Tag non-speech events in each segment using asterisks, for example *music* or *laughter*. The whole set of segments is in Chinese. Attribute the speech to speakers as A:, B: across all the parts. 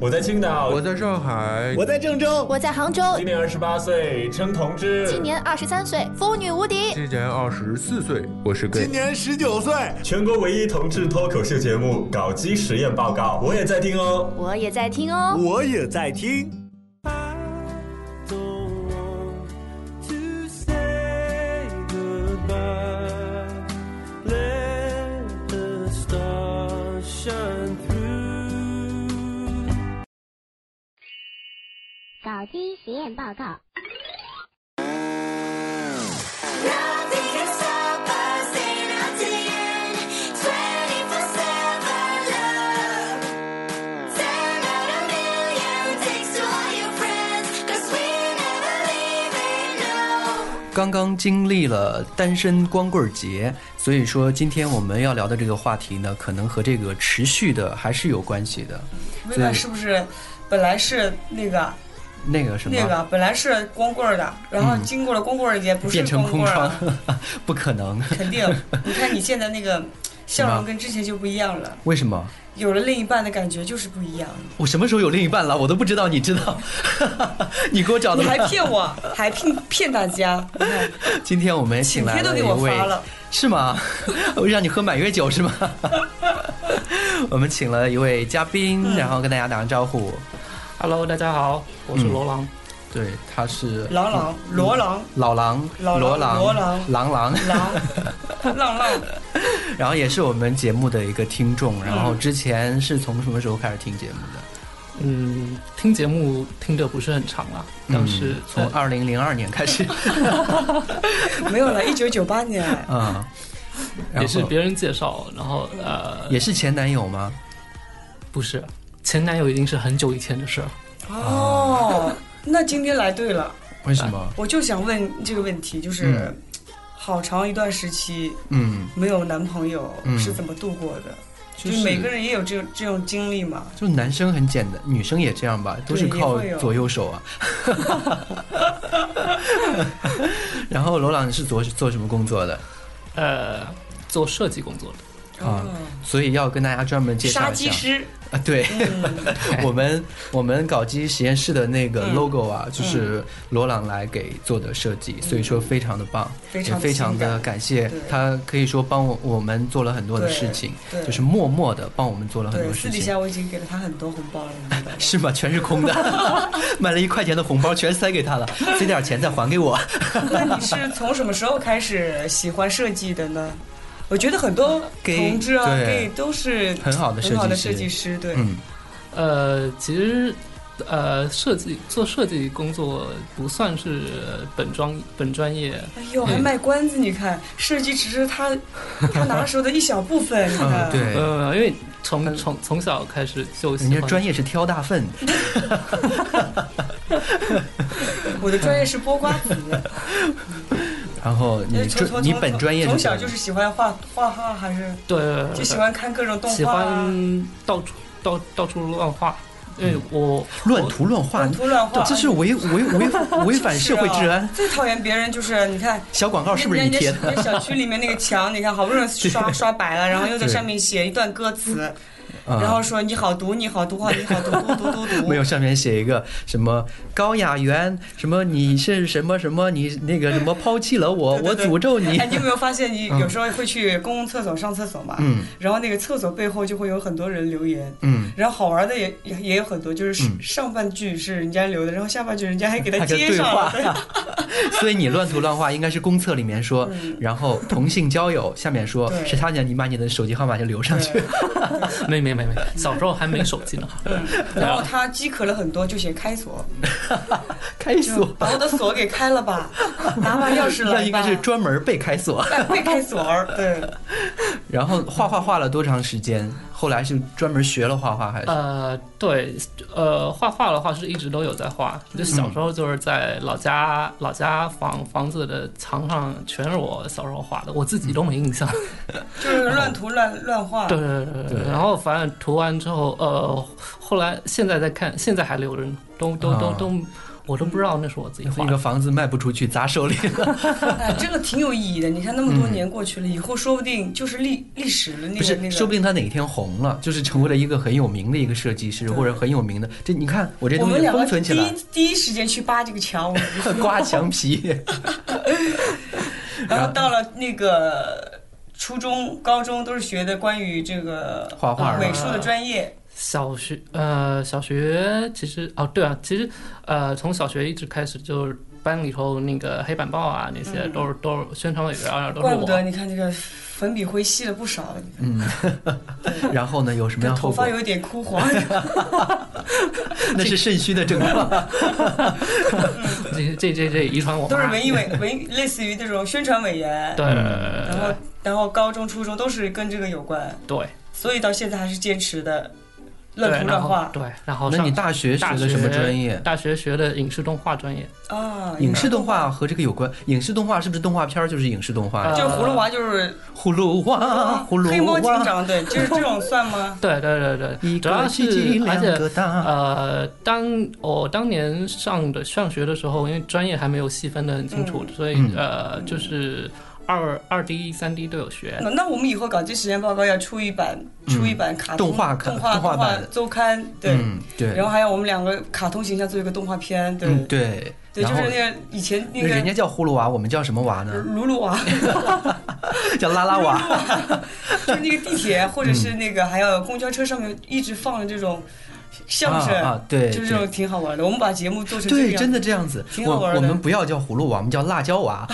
A: 我在青岛，
B: 我在上海，
C: 我在郑州，
D: 我在杭州。
A: 今年二十八岁，称同志。
D: 今年二十三岁，风女无敌。
B: 今年二十四岁，我是 gay
C: 今。年十九岁。
A: 全国唯一同志脱口秀节目《搞基实验报告》，我也在听哦。
D: 我也在听哦。
C: 我也在听。
E: don't want to say goodbye. Let the stars shine through.
F: 搞基实验报告。
G: Nothing can stop us in until the end. 24/7 love. Turn out a million things to all your friends, 'cause we never leaving. No.
H: 刚刚经历了单身光棍节，所以说今天我们要聊的这个话题呢，可能和这个持续的还是有关系的。
I: 薇
H: 所
I: 娜
H: 以
I: 是不是本来是那个
H: 那个什么，
I: 那个本来是光棍儿的，然后经过了光棍儿节不
H: 嗯
I: 是
H: 变成空
I: 光啊棍儿
H: 窗
I: 了，，
H: *laughs* 不可能。
I: 肯
H: *laughs*
I: 定。你看你现在那个笑
H: 什么
I: 容跟之前就不一样了，
H: 为什么？
I: 有了另一半的感觉就是不
H: *laughs*
I: 一样。
H: 我什么时候有另一半了？我都不知道，你知道？ *laughs* 你给我找的
I: 你
H: 吧
I: 还骗我，还骗骗大家，你看
H: *laughs* 今天我们哎请来
I: 请帖
H: 了
I: 都
H: 一
I: 给我
H: 位，
I: 发了
H: 是吗？我让你喝满月酒是吗？ *laughs* 我们请了一位嘉宾，
I: 嗯
H: 然后跟大家打个招呼。
J: Hello，大家好，我是罗朗。
H: 对，他是
I: 郎朗、
H: 嗯
I: 罗郎、
H: 老狼、
I: 老狼
H: 罗狼、
I: 罗狼
H: 狼狼， *laughs*
I: 狼、浪浪，
H: 然后也是我们节目的一个听众。然
I: 嗯
H: 后之前是从什么时候开始听节目的？
J: 嗯，听节目听的不是很长啊，但是
H: 嗯
I: 呃
H: 从二零零二年开
I: *laughs*
H: 始，
I: 没有了，一九九八年，
H: 嗯，然后
J: 也是别人介绍，然后呃，
H: 也是前男友吗？
J: 不是前男友已经是很久以前的事儿。
I: 哦，那今天来对了，
H: 为什么？
I: 我就想问这个问题，就是
H: 嗯
I: 好长一段时期
H: 嗯，
I: 没有男朋友
H: 嗯
I: 是怎么度过的？
H: 就
I: 就是
H: 是
I: 每个人也有这种这种经历嘛。
H: 就男生很简单，女生也这样吧，都是靠
I: 也会有
H: 左右
I: *laughs*
H: 手啊。然后罗朗是做做什么工作的？
J: 呃，做设计工作的，
H: 啊所以要跟大家专门介
I: 哦嗯杀
H: 绍一
I: 鸡
H: 下
I: 师，
H: 啊，对，
I: 嗯
H: *laughs* 我们我们搞基实验室的那个 logo 啊，就是
I: 嗯
H: 罗朗来给做的设计，所以说非常的棒，
I: 非
H: 也
I: 常
H: 非常
I: 性
H: 的
I: 感
H: 感谢
I: 对
H: 他，可以说帮我我们做了很多的事情，
I: 对对
H: 就是默默的帮我们做了很
I: 对，
H: 多
I: 私
H: 事
I: 底
H: 情
I: 下。我已经给了他很多红包了，你知道吗
H: 啊 *laughs* 是吗？全是空
I: *laughs*
H: 的，买了一块钱的红包全塞给他了，塞点钱再还给
I: *laughs*
H: 我。
I: 那你是从什么时候开始喜欢设计的呢？我觉得很多
H: gay，
I: 同志啊
H: 对
I: ，gay 都是
H: 很好的设计师
I: 很好的设计师，对， *laughs*
H: 嗯
J: 呃，其实。呃，设计做设计工作不算是本专本专业，
I: 哎呦，还卖关子，你看，设计只是他他拿手的一小部分，你
H: *laughs* 嗯，
I: 看，，
H: 对，
J: 呃，因为从从从小开始就喜
H: 人
J: 欢
H: 家专业是挑大
I: *laughs*
H: 粪，
I: 我的专业是剥瓜子，
H: 然后 *laughs* 你
I: 从从
H: 专你本专业
I: 从
H: 是
I: 小
H: 什
I: 就
H: 么？
I: 是喜欢画画画，还是
J: 对对对
I: 就喜欢看各种动
J: 喜
I: 画啊，
J: 欢到处到到处乱画，因
H: 嗯
J: 为我
H: 乱涂乱画
I: 乱，涂乱画，
H: 这是违违违违反社会治安
I: 是啊。最讨厌别人就是你看。
H: 小广告是不是
I: 人
H: 你
I: 家
H: 贴
I: 人
H: 的？
I: 家小区里面那个墙，你看好不容易刷刷白了，然后又在上面写一段歌词，然后说你好毒，你好毒啊，你好毒，毒毒毒毒。
H: *laughs* 嗯没有，上面写一个什么高雅媛，什么你是什么什么，你那个什么抛弃了我，
I: 对
H: 我
I: 对
H: 诅咒你
I: 哎，。你有没有发现你有时候会去公共厕所上厕所嘛？
H: 嗯。
I: 然后那个厕所背后就会有很多人留言。
H: 嗯，
I: 然后好玩的也也也有很多，就是
H: 嗯
I: 上半句是人家留的，然后下半句人家还给他
H: *laughs* 还跟
I: 接
H: 对
I: 上
H: 话
I: 了。对
H: *laughs* 所以你乱涂乱画应该是公厕里面说，然后同性交友，下面说
I: 嗯对
H: 是他讲你把你的手机号码就留上去。
J: *laughs* 没没没没，小时候还没手机呢。
I: 然后他饥渴了很多，就写开锁，
H: 开
I: 就 *laughs*
H: 锁，
I: 嗯把我的锁给开了
H: *laughs*
I: 吧，拿把钥匙来吧。
H: 那应该是专门被开
I: *laughs*
H: 锁。
I: 哎会开锁儿， *laughs* 对。
H: 然后画画画了多长时间？后来是专门学了画画还是？
J: 呃，对，呃，画画的话是一直都有在画，就小时候就是在老家、老家房房子的墙上全是我小时候画的，我自己都没印象。 *laughs*
I: 就是乱涂乱乱画。
J: 对对对对对。然后反正涂完之后，呃，后来现在在看，现在还留着呢，都都都
H: 啊
J: 都，我都不知道那是我自己画
H: 那
J: 的
H: 个。房子卖不出去，砸手里了。
I: 哎，这个挺有意义的。你看那么多年过去了，以后说不定就是历历史了。那
H: 嗯不
I: 个
H: 是，
I: 那
H: 说不
I: 个，
H: 定他哪天红了，就是成为了一个很有名的一个设计师，或者很有名的。这你看，我这
I: 我
H: 东
I: 们
H: 西
I: 两
H: 封
I: 个
H: 存
I: 第
H: 起
I: 一
H: 来，
I: 第一时间去扒这个墙，我们
H: *laughs* 刮墙皮。 *laughs*
I: 然后到了那个初中、高中都是学的关于这个
H: 画画
I: 呃美术的专业，
J: 小学呃，小学其实哦，对啊，其实呃，从小学一直开始就是班里头那个黑板报啊，那
I: 嗯
J: 些都是、都是宣传委员啊，都是
I: 怪不得
J: 我。
I: 你看这个粉笔灰吸了不少，
H: 嗯然后呢，有什么
I: 这
H: 样的
I: 头
H: 后果
I: 发？有点枯黄。
H: *laughs*
I: *laughs*
H: 那是肾虚的症
I: *laughs*
H: 状。
J: 这这这这遗传我妈
I: 都是文艺
H: *laughs*
I: 委文类似于这种宣传委员，
J: 对
I: 然后然后高中、初中都是跟这个有关，
J: 对
I: 所以到现在还是坚持的
J: 对，
I: 乱涂
J: 然
I: 乱
J: 后
I: 画
J: 对，然后
H: 那
J: 上
H: 你大学学
J: 大
H: 的什么专业？
J: 大学学的影视动画专业，
I: 啊。
H: 影视动画和这个有关，影视动画是不是动画片儿就是影视动画？
J: 呃？
I: 就是葫芦娃，就是
H: 葫芦娃，葫芦娃，
I: 啊黑猫警长，对，就是这种算吗
H: *laughs*
J: 对对对对，
H: 一
J: 主要
H: 个鸡
J: 是
H: 鸡
J: 而
I: 啊
H: 两
J: 且
H: 个蛋。
J: 呃，当我当年上的上学的时候，因为专业还没有细分的很清楚，所以
H: 嗯
J: 呃，就是二二 D、三 D 都有学。
I: 那那我们以后搞这实验报告要出一版，
H: 嗯
I: 出一版卡通
H: 动画卡
I: 动画
H: 动画
I: 动画
H: 版
I: 周刊，对，
H: 嗯，对，
I: 然后还要我们两个卡通形象做一个动画片，对
H: 嗯，对，
I: 对，就
H: 然
I: 是
H: 后
I: 那个以前那
H: 人
I: 个
H: 家叫葫芦娃，我们叫什么娃
I: *laughs*
H: 呢？
I: 鲁啊鲁娃。
H: 叫拉拉娃。
I: 就是那个地铁或者
H: 嗯
I: 是那个还有公交车上面一直放着这种相声，
H: 啊啊对
I: 就是这种挺好玩的。我们把节目做成这
H: 对，
I: 样，
H: 真的这样子。
I: 挺
H: 我
I: 好玩的
H: 我们不要叫葫芦娃，我们叫辣椒
I: *laughs*
H: 娃，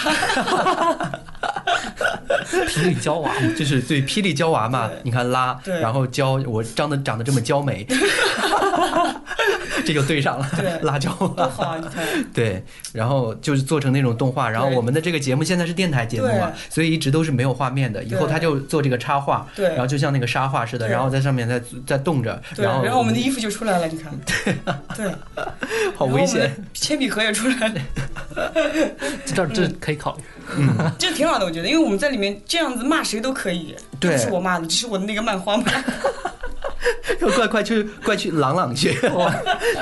J: 霹雳娇娃，
H: 就是对霹雳娇娃嘛
I: 对。
H: 你看拉，
I: 对
H: 然后娇，我长得长得这么娇
I: *laughs*
H: 美，这就对上
I: 对
H: 了，辣椒
I: 多
H: 娃。
I: 好啊！你
H: *laughs*
I: 看，
H: 对，然后就是做成那种动画，然后我们的这个节目现在是电台节目嘛，所以一直都是没有画面的。以后
I: 对
H: 他就做这个插画，
I: 对
H: 然后就像那个沙画似的，
I: 对
H: 然后在上面在在动着，
I: 对，
H: 后
I: 然后我们的衣服就出来了，
H: *laughs*
I: 你看，对，然
H: 好
I: 后我
H: 危
I: 们的
H: 险，
I: 铅笔盒也出
H: *laughs*
I: 来了，
J: *laughs* 这这可以考虑。
I: 这挺好的，我觉得，因为我们在里面这样子骂谁都可以，
H: 对
I: 这不是我骂的，只是我的那个漫
H: *laughs*
I: 画骂，
H: 快快去快去朗朗 *laughs* 去，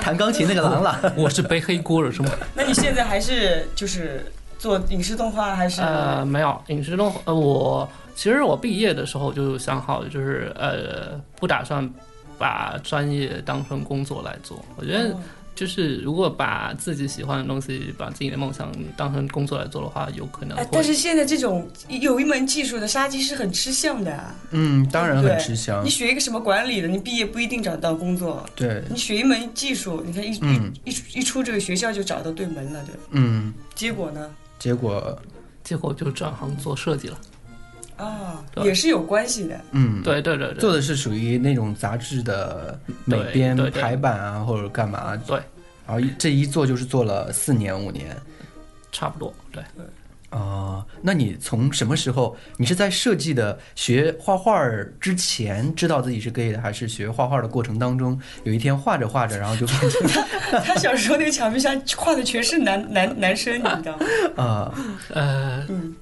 H: 弹钢琴那个朗朗。
J: 我是背黑锅了是吗？
I: 那你现在还是就是做影视动画还是？
J: *laughs* 呃，没有，影视动画呃，我其实我毕业的时候就想好，就是呃，不打算把专业当成工作来做。我觉得
I: 哦
J: 就是如果把自己喜欢的东西，把自己的梦想当成工作来做的话，有可能
I: 哎
J: 会。
I: 但是现在这种有一门技术的杀鸡是很吃香的啊，
H: 嗯，当然
I: 对
H: 很
I: 不对
H: 吃香
I: 你。学一个什么管理的，你毕业不一定找到工作。
H: 对，
I: 你学一门技术，你看一、
H: 嗯
I: 一一出一出这个学校就找到对门了，对吧。
H: 嗯，
I: 结果呢，
H: 结果
J: 结果就转行做设计了。
I: 啊，
J: 对
I: 也是有关系的。 *laughs*
H: 嗯，，
J: 对对对对，
H: 做的是属于那种杂志的美
J: 对
H: 编
J: 对对
H: 排版啊，或者干嘛。
J: 对，
H: 然后一这一做就是做了四年五年。
J: 差不多对。
H: 啊，那你从什么时候？你是在设计的学画画儿之前知道自己是 gay 的，还是学画画的过程当中，有一天画着画着，然后就变 *laughs* 成
I: 他小时候那个墙壁上画的全是男男男生，你知道吗？
H: 啊、
J: 呃
I: 嗯，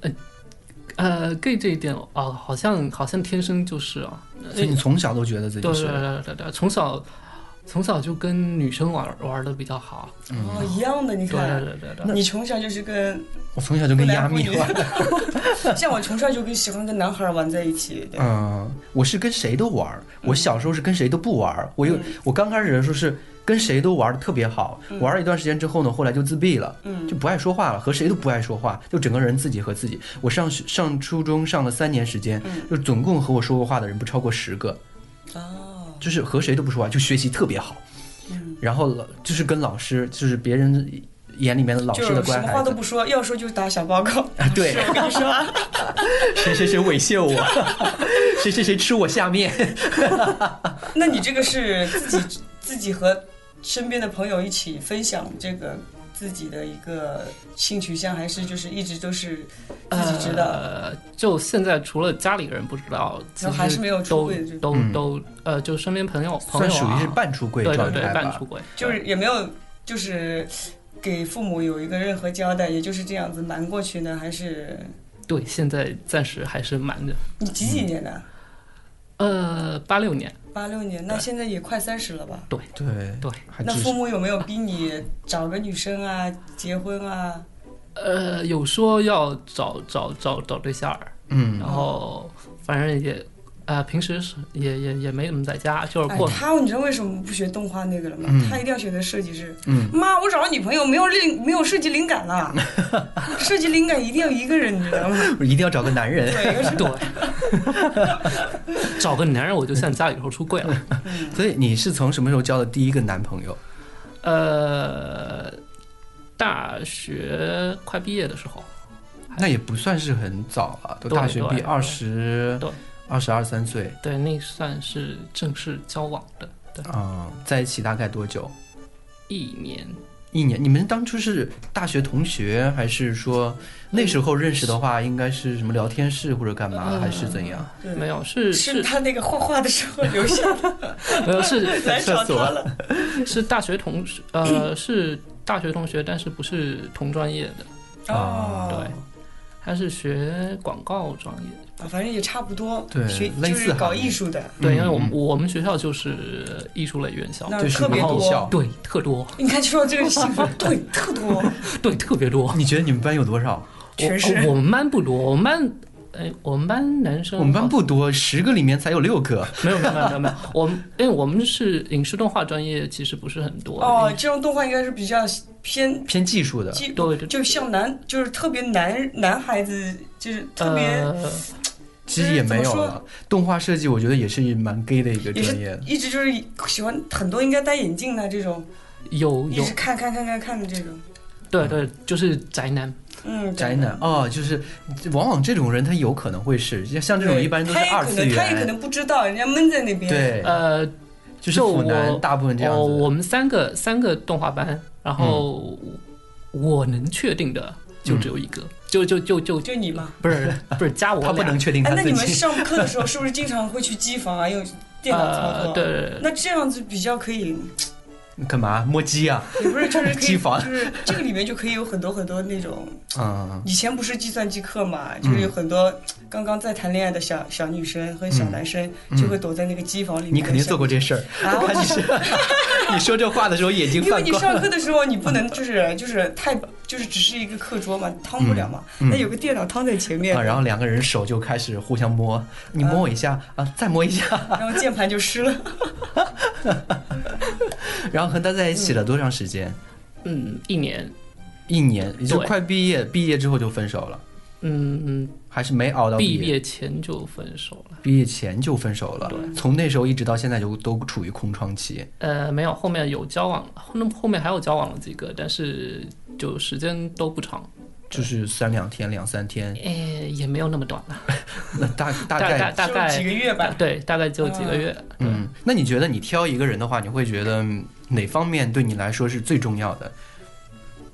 J: 呃，gay 这一点啊、哦好像好像天生就是啊。
H: 所以你从小都觉得自己
J: 对
H: 是
J: 对对对对，从小从小就跟女生玩玩的比较好。
H: 嗯
I: 哦，一样的，你
J: 对对
I: 看。
J: 对对对，
I: 你从小就是跟，
H: 我从小就跟亚米玩， *laughs*
I: 像我从小就跟喜欢跟男孩玩在一起，对，
H: 嗯，我是跟谁都玩儿。
I: 嗯
H: 我小时候是跟谁都不玩儿，我有我刚开始的时候是跟谁都玩的特别好，玩了一段时间之后呢，后来就自闭了，
I: 嗯
H: 就不爱说话了，和谁都不爱说话，就整个人自己和自己。我上学上初中上了三年时间，
I: 嗯
H: 就总共和我说过话的人不超过十个，
I: 哦，嗯
H: 就是和谁都不说话，就学习特别好，然后老就是跟老师，就是别人眼里面的老
I: 就
H: 师的
I: 是
H: 乖
I: 什么
H: 孩
I: 话都
H: 子，
I: 不说，要说就打小报告。
H: *laughs* 对
I: 是我跟你说啊，
H: 谁谁谁猥亵我， *laughs* 谁谁谁吃我下面，
I: 那你这个是自己 *laughs* 自己和身边的朋友一起分享这个自己的一个性取向，还是就是一直都是自己知道？
J: 呃，就现在除了家里人不知道，其
I: 然后还是
J: 实
I: 没有出
J: 都
I: 柜的这
J: 都
H: 嗯
J: 都呃，就身边朋友 *laughs* 朋友
H: 算属
J: 啊
H: 于是半出柜
J: 对对
H: 状
J: 对
H: 态
J: 半
H: 吧
J: 出。轨，
I: 就是也没有就是给父母有一个任何交代，也就是这样子瞒过去呢？还是
J: 对现在暂时还是瞒着。
I: 你几几年的？
J: 呃，八六年
I: 八六年，那现在也快三十了吧？
J: 对
H: 对
J: 对，
H: 还
I: 那
H: 只
I: 父
H: 是
I: 母有没有逼你找个女生啊、结婚啊？
J: 呃，有说要找找找找对象儿，
H: 嗯
J: 然后反正也，啊、平时是也也也没怎么在家，就是
I: 哎
J: 过，，
I: 他你知道为什么不学动画那个了吗？
H: 嗯
I: 他一定要学的设计是，
H: 嗯
I: 妈，我找到女朋友没有灵没有设计灵
H: *laughs*
I: 感了，设计灵感一定要一个人，你知道吗？
H: 一定要找个男人。
I: 对，一个是
J: 嗯对，找个男人我就像家里头出柜了。
H: *laughs* 所以你是从什么时候交的第一个男朋友？
I: 嗯
J: 呃，大学快毕业的时候，
H: 那也不算是很早了，都
J: 对
H: 大学
J: 对
H: 毕
J: 对
H: 二十
J: 对，
H: 二十二三岁
J: 对，那算是正式交往的，对，
H: 啊、在一起大概多久？
J: 一年。
H: 一年？你们当初是大学同学，还是说那时候认识的话，应该是什么聊天室或者干
J: 嗯
H: 嘛，还是怎样？
I: 对
J: 没有，
I: *laughs*
J: 是
I: 是他那个画画的时候留下
H: *laughs*
I: 的，
J: 没
I: *laughs*
J: 有是
I: 来找他了。
J: 是大学同学，
I: *coughs*
J: 呃，是大学同学，但是不是同专业的，
I: 哦，
J: 对，他是学广告专业，
I: 啊，反正也差不多，
H: 对
I: 学
H: 类
I: 就
H: 似
I: 是搞
H: 行业
I: 艺术的，
J: 对，因为
H: 嗯
J: 我们我们学校就是艺术类院校，
I: 那
H: 对，属
I: 特
H: 于
I: 别
H: 艺
I: 多。
H: 校。
J: 对，特多，
I: 你看，说到这个媳妇，对，
H: *laughs*
I: 特多，
J: 对，特别多。
H: 你觉得你们班有多少？
I: 全
J: 我
I: 是
J: 我们班不多，我们班，哎，我们班男生，哦
H: 我们班不多，十个里面才有六个。
J: 没有没有没有没有没有，我们因为我们是影视动画专业，其实不是很多。呃
I: 哦。这种动画应该是比较偏
H: 偏技术的，
I: 技，
J: 对对
I: 就像男，就是特别男男孩子，就是特别、
J: 呃，
H: 其实也没有
I: 呃怎么
H: 了。动画设计我觉得也是蛮 gay 的一个
I: 也
H: 专业
I: 是。一直就是喜欢很多应该戴眼镜的这种，
J: 有
I: 一
J: 有
I: 直，看看看看看的这种，
J: 对对，就是宅男，
I: 嗯，
H: 宅男哦，就是往往这种人他有可能会是，像这种
I: 对
H: 一般都是
I: 他也
H: 二
I: 可
H: 次
I: 能他也可
H: 元，
I: 能不知道，人家闷在那边，，
H: 对，
J: 呃，
H: 就是腐男
J: 我
H: 大部分这样
J: 哦，我
H: 子。
J: 们三个三个动画班，然后
H: 嗯
J: 我能确定的就只有一个，就就就就
I: 就你嘛。
J: 不是不是加我
H: 他不
J: 俩
H: 能确定
I: 哎，
H: 他
I: 那你
H: 自
I: 们
H: 己。
I: 上课的时候是不是经常会去机房啊，用电脑操
J: 呃
H: *laughs* 啊
I: 作？
J: 对。对对
I: 那这样子比较可以，
H: *laughs* 干嘛摸鸡啊？
I: 也不
H: *laughs*
I: 是就是可以，
H: 机房
I: 就是这个里面就可以有很多很多那种
H: 嗯，
I: 以前不是计算机课嘛，就是有很多刚刚在谈恋爱的小小女生和小男生就会躲在那个机房里面。
H: 嗯你肯定做过这事儿。
I: 啊？
H: 看你是， *laughs* 你说这话的时候眼睛
I: 因为
H: 放
I: 你
H: 光
I: 上
H: 了。
I: 课的时候你不能就是就是太就是只是一个课桌嘛，趟不了嘛。
H: 嗯嗯
I: 那有个电脑趟在前面，
H: 啊，然后两个人手就开始互相摸，你
I: 嗯
H: 摸我一下啊，再摸一下，
I: 然后键盘就湿了。
H: 然后和他在一起了多长时间？
J: 嗯，一年，
H: 一年，也就
J: 对
H: 快毕业，毕业之后就分手了，
J: 嗯，
H: 还是没熬到
J: 毕
H: 业
J: 业前就分手了。
H: 毕业前就分手了，从那时候一直到现在就都处于空窗期。
J: 呃，没有，后面有交往，后后面还有交往了几个，但是就时间都不长，
H: 就是三两天、两三天，
J: 哎，也没有那么短了，
H: 那
J: *laughs*
H: 大大
J: 大
H: 概，
J: 大
I: 就几个
J: 概
I: 月吧。
J: 对，大概就几个月。对
H: 嗯，那你觉得你挑一个人的话，你会觉得哪方面对你来说是最重要的？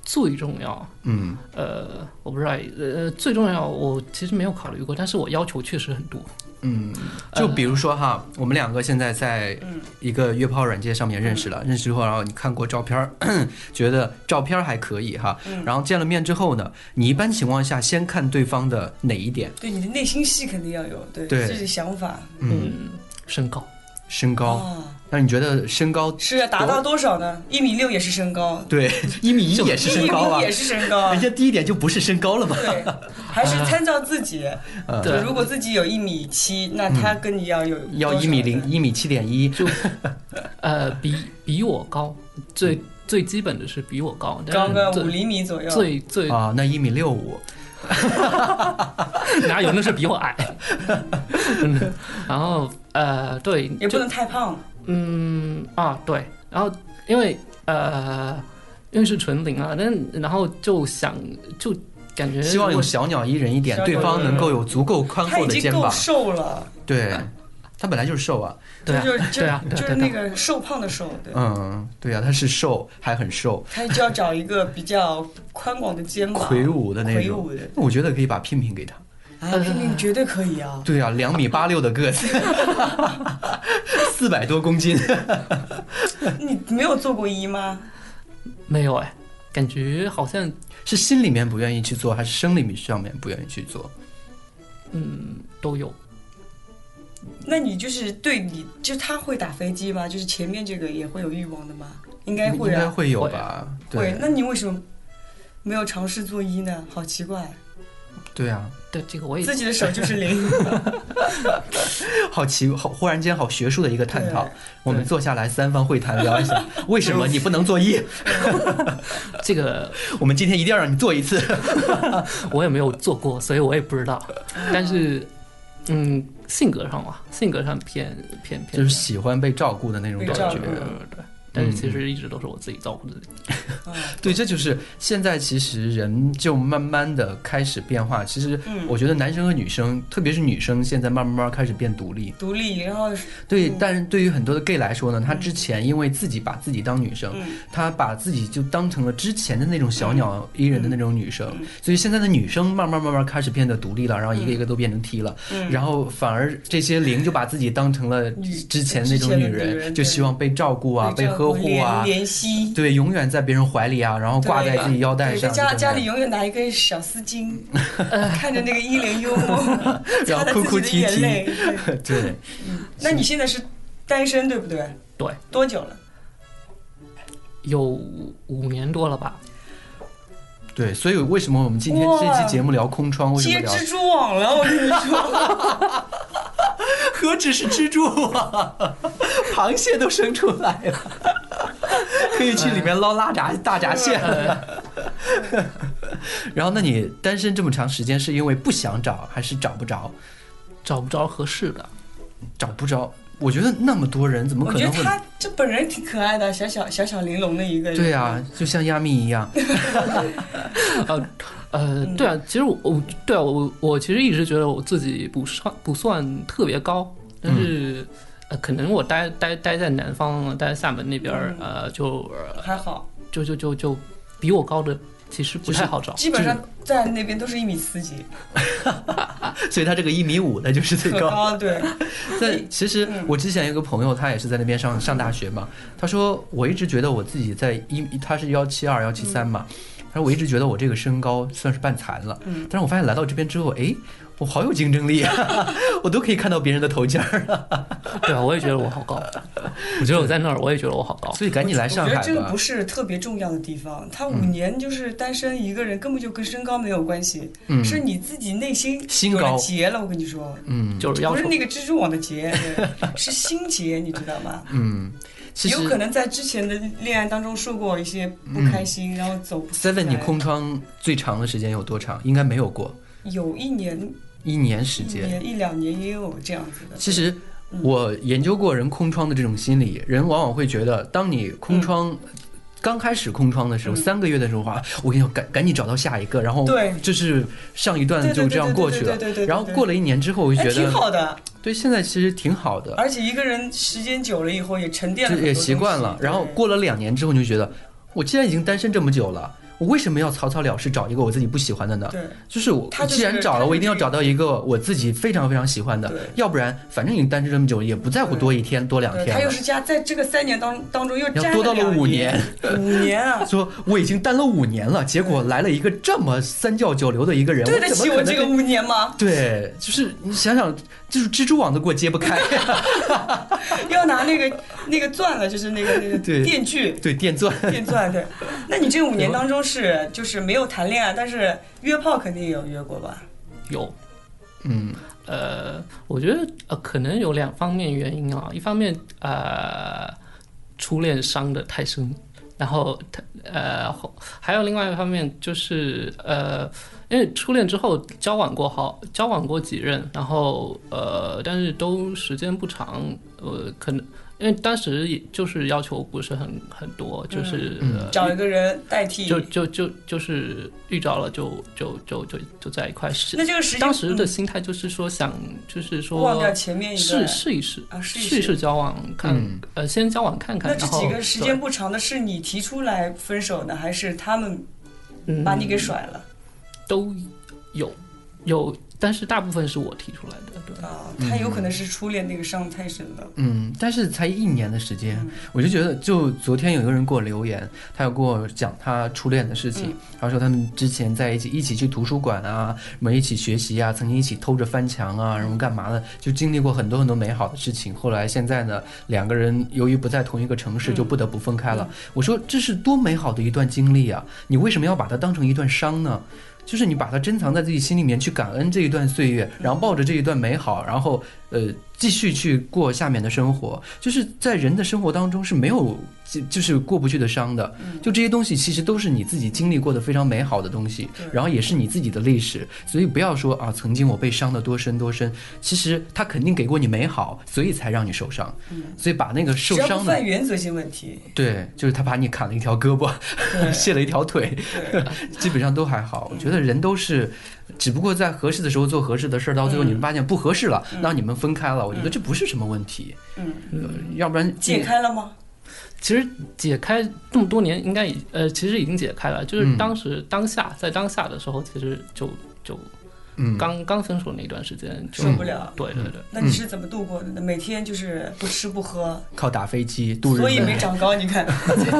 J: 最重要，
H: 嗯，
J: 呃，我不知道，呃，最重要，我其实没有考虑过，但是我要求确实很多。
H: 嗯，
J: 呃
H: 就比如说哈，我们两个现在在
J: 嗯
H: 一个约炮软件上面认识了，认识之后，然后你看过照片儿， *clears throat* 觉得照片儿还可以哈，
J: 嗯
H: 然后见了面之后呢，你一般情况下先看对方的哪一点？
I: 对，你的内心戏肯定要有，对
H: 对
I: 自己想法
J: 嗯，身高，
H: 身高？
I: 啊，
H: 那你觉得身
I: *laughs*
H: 高？
I: 是要达到多少呢？一米六也是身高，
H: 对，一米一也是身高
I: 一米
H: 啊
I: 一也，是嗯身高啊
H: 人。家第一点就不是身高了嘛。
I: 对，还是参照自己。
H: 嗯
I: 就如果自己有一米七，那他跟你要有
H: 要
I: 多少
H: 一米零，一米七点一，就
J: 呃，比比我高，最最基本的是比我高，
I: 高个
J: 但是
I: 五厘米左右。
J: 嗯最最最
H: 啊，那一米六五，
J: 哪有那是比我矮，真的。然后呃，对，
I: 也不
J: 就
I: 能太胖，
J: 嗯啊对，然后因为呃，因为是纯零啊，但然后就想就感觉
H: 希望
J: 如
H: 有
J: 果
H: 小鸟依人一点，
I: 小
H: 对
I: 鸟
H: 方
I: 依
H: 能
I: 人
H: 够有足够宽
I: 他
H: 厚
I: 已
H: 的
I: 经
H: 肩
I: 够
H: 膀。
I: 瘦了，
H: 对，他本来就是瘦啊，
J: 对啊
I: 就
J: 对啊
I: 就
J: 对啊
I: 是那个瘦胖的瘦，对，
H: 嗯，对啊，他是瘦，还很瘦，
I: 他就要找一个比较宽广的肩膀，
H: 魁梧的那
I: 魁
H: 种
I: 梧的。。
H: 那我觉得可以把拼拼给他。
I: 啊，拼拼绝对可以啊！
H: 对啊，两米八六的个子， *laughs* 四百多公斤， *laughs* 嗯
I: 你没有做过医吗？
J: 没有哎，感觉好像
H: 是心里面不愿意去做，还是生理上面不愿意去做？
J: 都有，
I: 那你就是对你，就他会打飞机吗？就是前面这个也会有欲望的吗？应该
H: 应
I: 会
H: 该
I: 啊，
H: 会有吧？
I: 会
H: 对。
I: 那你为什么没有尝试做一呢？好奇怪，
H: 对啊，
J: 对这个我也
I: 自己的手就是零。
H: 好奇，好忽然间好学术的一个探讨
I: 对。
H: 我们坐下来三方会谈聊一
I: *laughs*
H: 下，为什么你不能做一？
J: 这个
H: 我们今天一定要让你做一次。
J: 我也没有做过，所以我也不知道。但是，嗯，性格上嘛，性格上偏偏偏
H: 就是喜欢被照顾的那种
I: 被
H: 感
I: 照
H: 觉。
I: 顾
J: 对对。但是其
H: 嗯
J: 实一直都是我自己照顾自己。
H: 对，这就是现在其实人就慢慢的开始变化。其实
I: 嗯
H: 我觉得男生和女生，特别是女生，现在慢慢慢慢开始变独立。
I: *laughs* 独立，然后
H: 对，
I: 嗯
H: 但是对于很多的 gay 来说呢，他之前因为自己把自己当女生
I: 嗯，
H: 他把自己就当成了之前的那种小鸟依人的那种女生，
I: 嗯
H: 所以现在的女生慢慢慢慢开始变得独立了，然后一个一个都变成 T 了，
I: 嗯
H: 然后反而这些零就把自己当成了
I: 女
H: 之前那种
I: 嗯之前
H: 女
I: 的女
H: 人，
I: 人
H: 就
I: 对
H: 希望被照顾啊，
I: 被
H: 被
I: 照顾
H: 呵护啊，
I: 怜怜惜。
H: 对，永远在别人怀里啊，然后挂在自己腰带
I: 对，在
H: 上，
I: 家
H: 就这样
I: 家里永远拿一根小
H: *laughs*
I: 丝巾，看着那个衣领幽默，
H: 然
I: 擦
H: 后
I: 着
H: 哭
I: 自
H: 哭
I: 己
H: 啼
I: 的眼
H: 啼
I: 泪。。对
H: 对，
I: 那你现在是单身对不对？
J: 对，
I: 多久了？
J: 有五年多了吧？
H: 对，所以为什么我们今天这期节目聊空窗？为什么
I: 接
H: 聊？
I: 蜘蛛网了，我跟你说，
H: 何止是蜘蛛啊， *laughs* 螃蟹都生出来了，可以去里面捞拉闸大闸蟹了。 *laughs* 然后，那你单身这么长时间，是因为不想找，还是找不着？
J: 找不着合适的，
H: 找不着，我觉得那么多人，怎么
I: 我
H: 可
I: 觉得
H: 能会？
I: 他这本人挺可爱的，小小小小玲珑的一个人。
H: 对啊，就像亚蜜一样， *laughs*
J: 呃呃，
H: 嗯
J: 对啊，其实我我对啊，我我其实一直觉得我自己不算不算特别高，
H: 嗯
J: 但是、呃，可能我待待待在南方，待在厦门那边儿，
H: 嗯
J: 呃，就呃
I: 还好，
J: 就就就就比我高的其实不太好找。
I: 基本上在那边都是一米四几，
H: 所以他这个一米五的就是最
I: 可
H: 高。 *laughs*
I: 高对，
H: 在其实我之前有个朋友，他也是在那边上上大学嘛。他说我一直觉得我自己在一，他是幺七二幺七三嘛。他说我一直觉得我这个身高算是半残了，但是我发现来到这边之后，哎，我好有竞争力啊， *laughs* 我都可以看到别人的头尖儿了。
J: 对啊，我也觉得我
H: *laughs*
J: 好高。我觉得我在那儿，我也觉得我好高。
H: 所以赶紧来上
I: 我觉得
H: 海
I: 这个
H: 吧嗯
I: 不。是特别重要的地方。他五年就是单身一个人，根本就跟身高没有关系，
H: 嗯
I: 是你自己内心
H: 心
I: 有
H: 高
I: 了结了。我跟你说，
H: 嗯
J: 就是要
I: 不是
J: 求
I: 那个蜘蛛网的结， *laughs* 对是心结，你知道吗？
H: 嗯，其实嗯
I: 有可能在之前的恋爱当中受过一些不开心，然后走不出来
H: Seven 你空窗最长的时间有多长？应该没有过
I: 有一年、
H: 一年时
I: 一
H: 间。
I: 年、一两年也有这样子的。
H: 其实我研究过人空窗的这种心理，人往往会觉得，当你空窗。
I: 嗯
H: 刚开始空窗的时候，三个月的时候啊，我跟你说，赶赶紧找到下一个，然后
I: 对
H: 就是上一段
I: 对对
H: 就
I: 对
H: 这样过去了
I: 对对对对对对。
H: 然后过了一年之后，我就
I: 哎，
H: 觉
I: 挺
H: 得，
I: 好的，
H: 对，现在其实挺好的，
I: 而且一个人时间久了以后也沉淀了
H: 就
I: 很多
H: 也
I: 东西，
H: 习惯了。然后
I: 对
H: 过了两年之后，你就觉得，我既然已经单身这么久了，我为什么要草草了事找一个我自己不喜欢的呢？
I: 对
H: 就是我
I: 他就是
H: 既然找了，我一定要
I: 他就是
H: 找到一个我自己非常非常喜欢的
I: 对，
H: 要不然反正已经单身这么久，也不在乎多一天多两
I: 对
H: 天了。
I: 他又是加在这个三年当当中又
H: 要
I: 占
H: 多到了
I: 两
H: 五
I: 年，五年啊，
H: 说我已经单了五年了，结果来了一个这么三教九流的一个 *laughs* 人，
I: 对得
H: 怎么
I: 起
H: 可
I: 我
H: 能
I: 这个
H: 跟
I: 五年吗？ *laughs*
H: 对，就是你想想，就是蜘蛛网都给我揭不
I: *laughs*
H: 开，
I: 要拿那个那个钻了，就是那个那个
H: *laughs* 对
I: 电锯。
H: 对，电钻，
I: 电钻对，那你这五年当中是就是没有谈恋爱，但是约炮肯定也有约过吧？
J: 有
H: 嗯，
J: 呃，我觉得呃，可能有两方面原因啊。一方面，呃，初恋伤的太深，然后他呃，后还有另外一方面就是呃，因为初恋之后交往过好，交往过几任，然后呃，但是都时间不长，呃，可能因为当时也就是要求不是很很多，就是、呃
I: 找一个人代替，
J: 就就就就是遇到了就就就就就在一块是
I: 那这个时间
J: 当时的心态就是说想，就是说
I: 嗯忘掉前面一
J: 试
I: 段。
J: 试一试
I: 啊试一试
J: 试交往看，
I: 嗯
H: 嗯
J: 呃，先交往看看，
I: 那这
J: 然后
I: 几个时间不长的是你提出来分手呢，还是他们
J: 对嗯嗯
I: 把你给甩了？
J: 都有有但是大部分是我提出来的，对。
I: 啊，他有可能是初恋那个伤太深了。
H: 嗯，但是才一年的时间，我就觉得，就昨天有一个人给我留言，他有给我讲他初恋的事情，他说他们之前在一起，一起去图书馆啊，什么一起学习啊，曾经一起偷着翻墙啊，然后干嘛的，就经历过很多很多美好的事情。后来现在呢，两个人由于不在同一个城市，就不得不分开了。我说这是多美好的一段经历啊，你为什么要把它当成一段伤呢？就是你把它珍藏在自己心里面，去感恩这一段岁月，然后抱着这一段美好，然后呃继续去过下面的生活。就是在人的生活当中是没有就就是过不去的伤的，
I: 嗯
H: 就这些东西其实都是你自己经历过的非常美好的东西，然后也是你自己的历史。所以不要说啊，曾经我被伤得多深多深，其实他肯定给过你美好，所以才让你受伤。所以把那个受
I: 嗯只要
H: 伤
I: 不
H: 的
I: 犯原则性问题，
H: 对，就是他把你砍了一条胳膊， *laughs* 卸了一条腿，基本上都还好。我觉得人都是，只不过在合适的时候做合适的事儿，到最后你
I: 嗯
H: 们发现不合适了，那你们分开了。我觉得这不是什么问题。嗯，要不然
I: 解开了吗？
J: 其实解开这么多年，应该已呃，其实已经解开了。就是当时、当下在当下的时候，其实就就
H: 嗯，
J: 刚刚分手那一段时间就嗯
I: 受不了
J: 对对对，
I: 那你是怎么度过的呢？每天就是不吃不喝，
H: 靠打飞机度日
I: 所以
H: 本
I: 没长高。
H: *laughs*
I: 你看，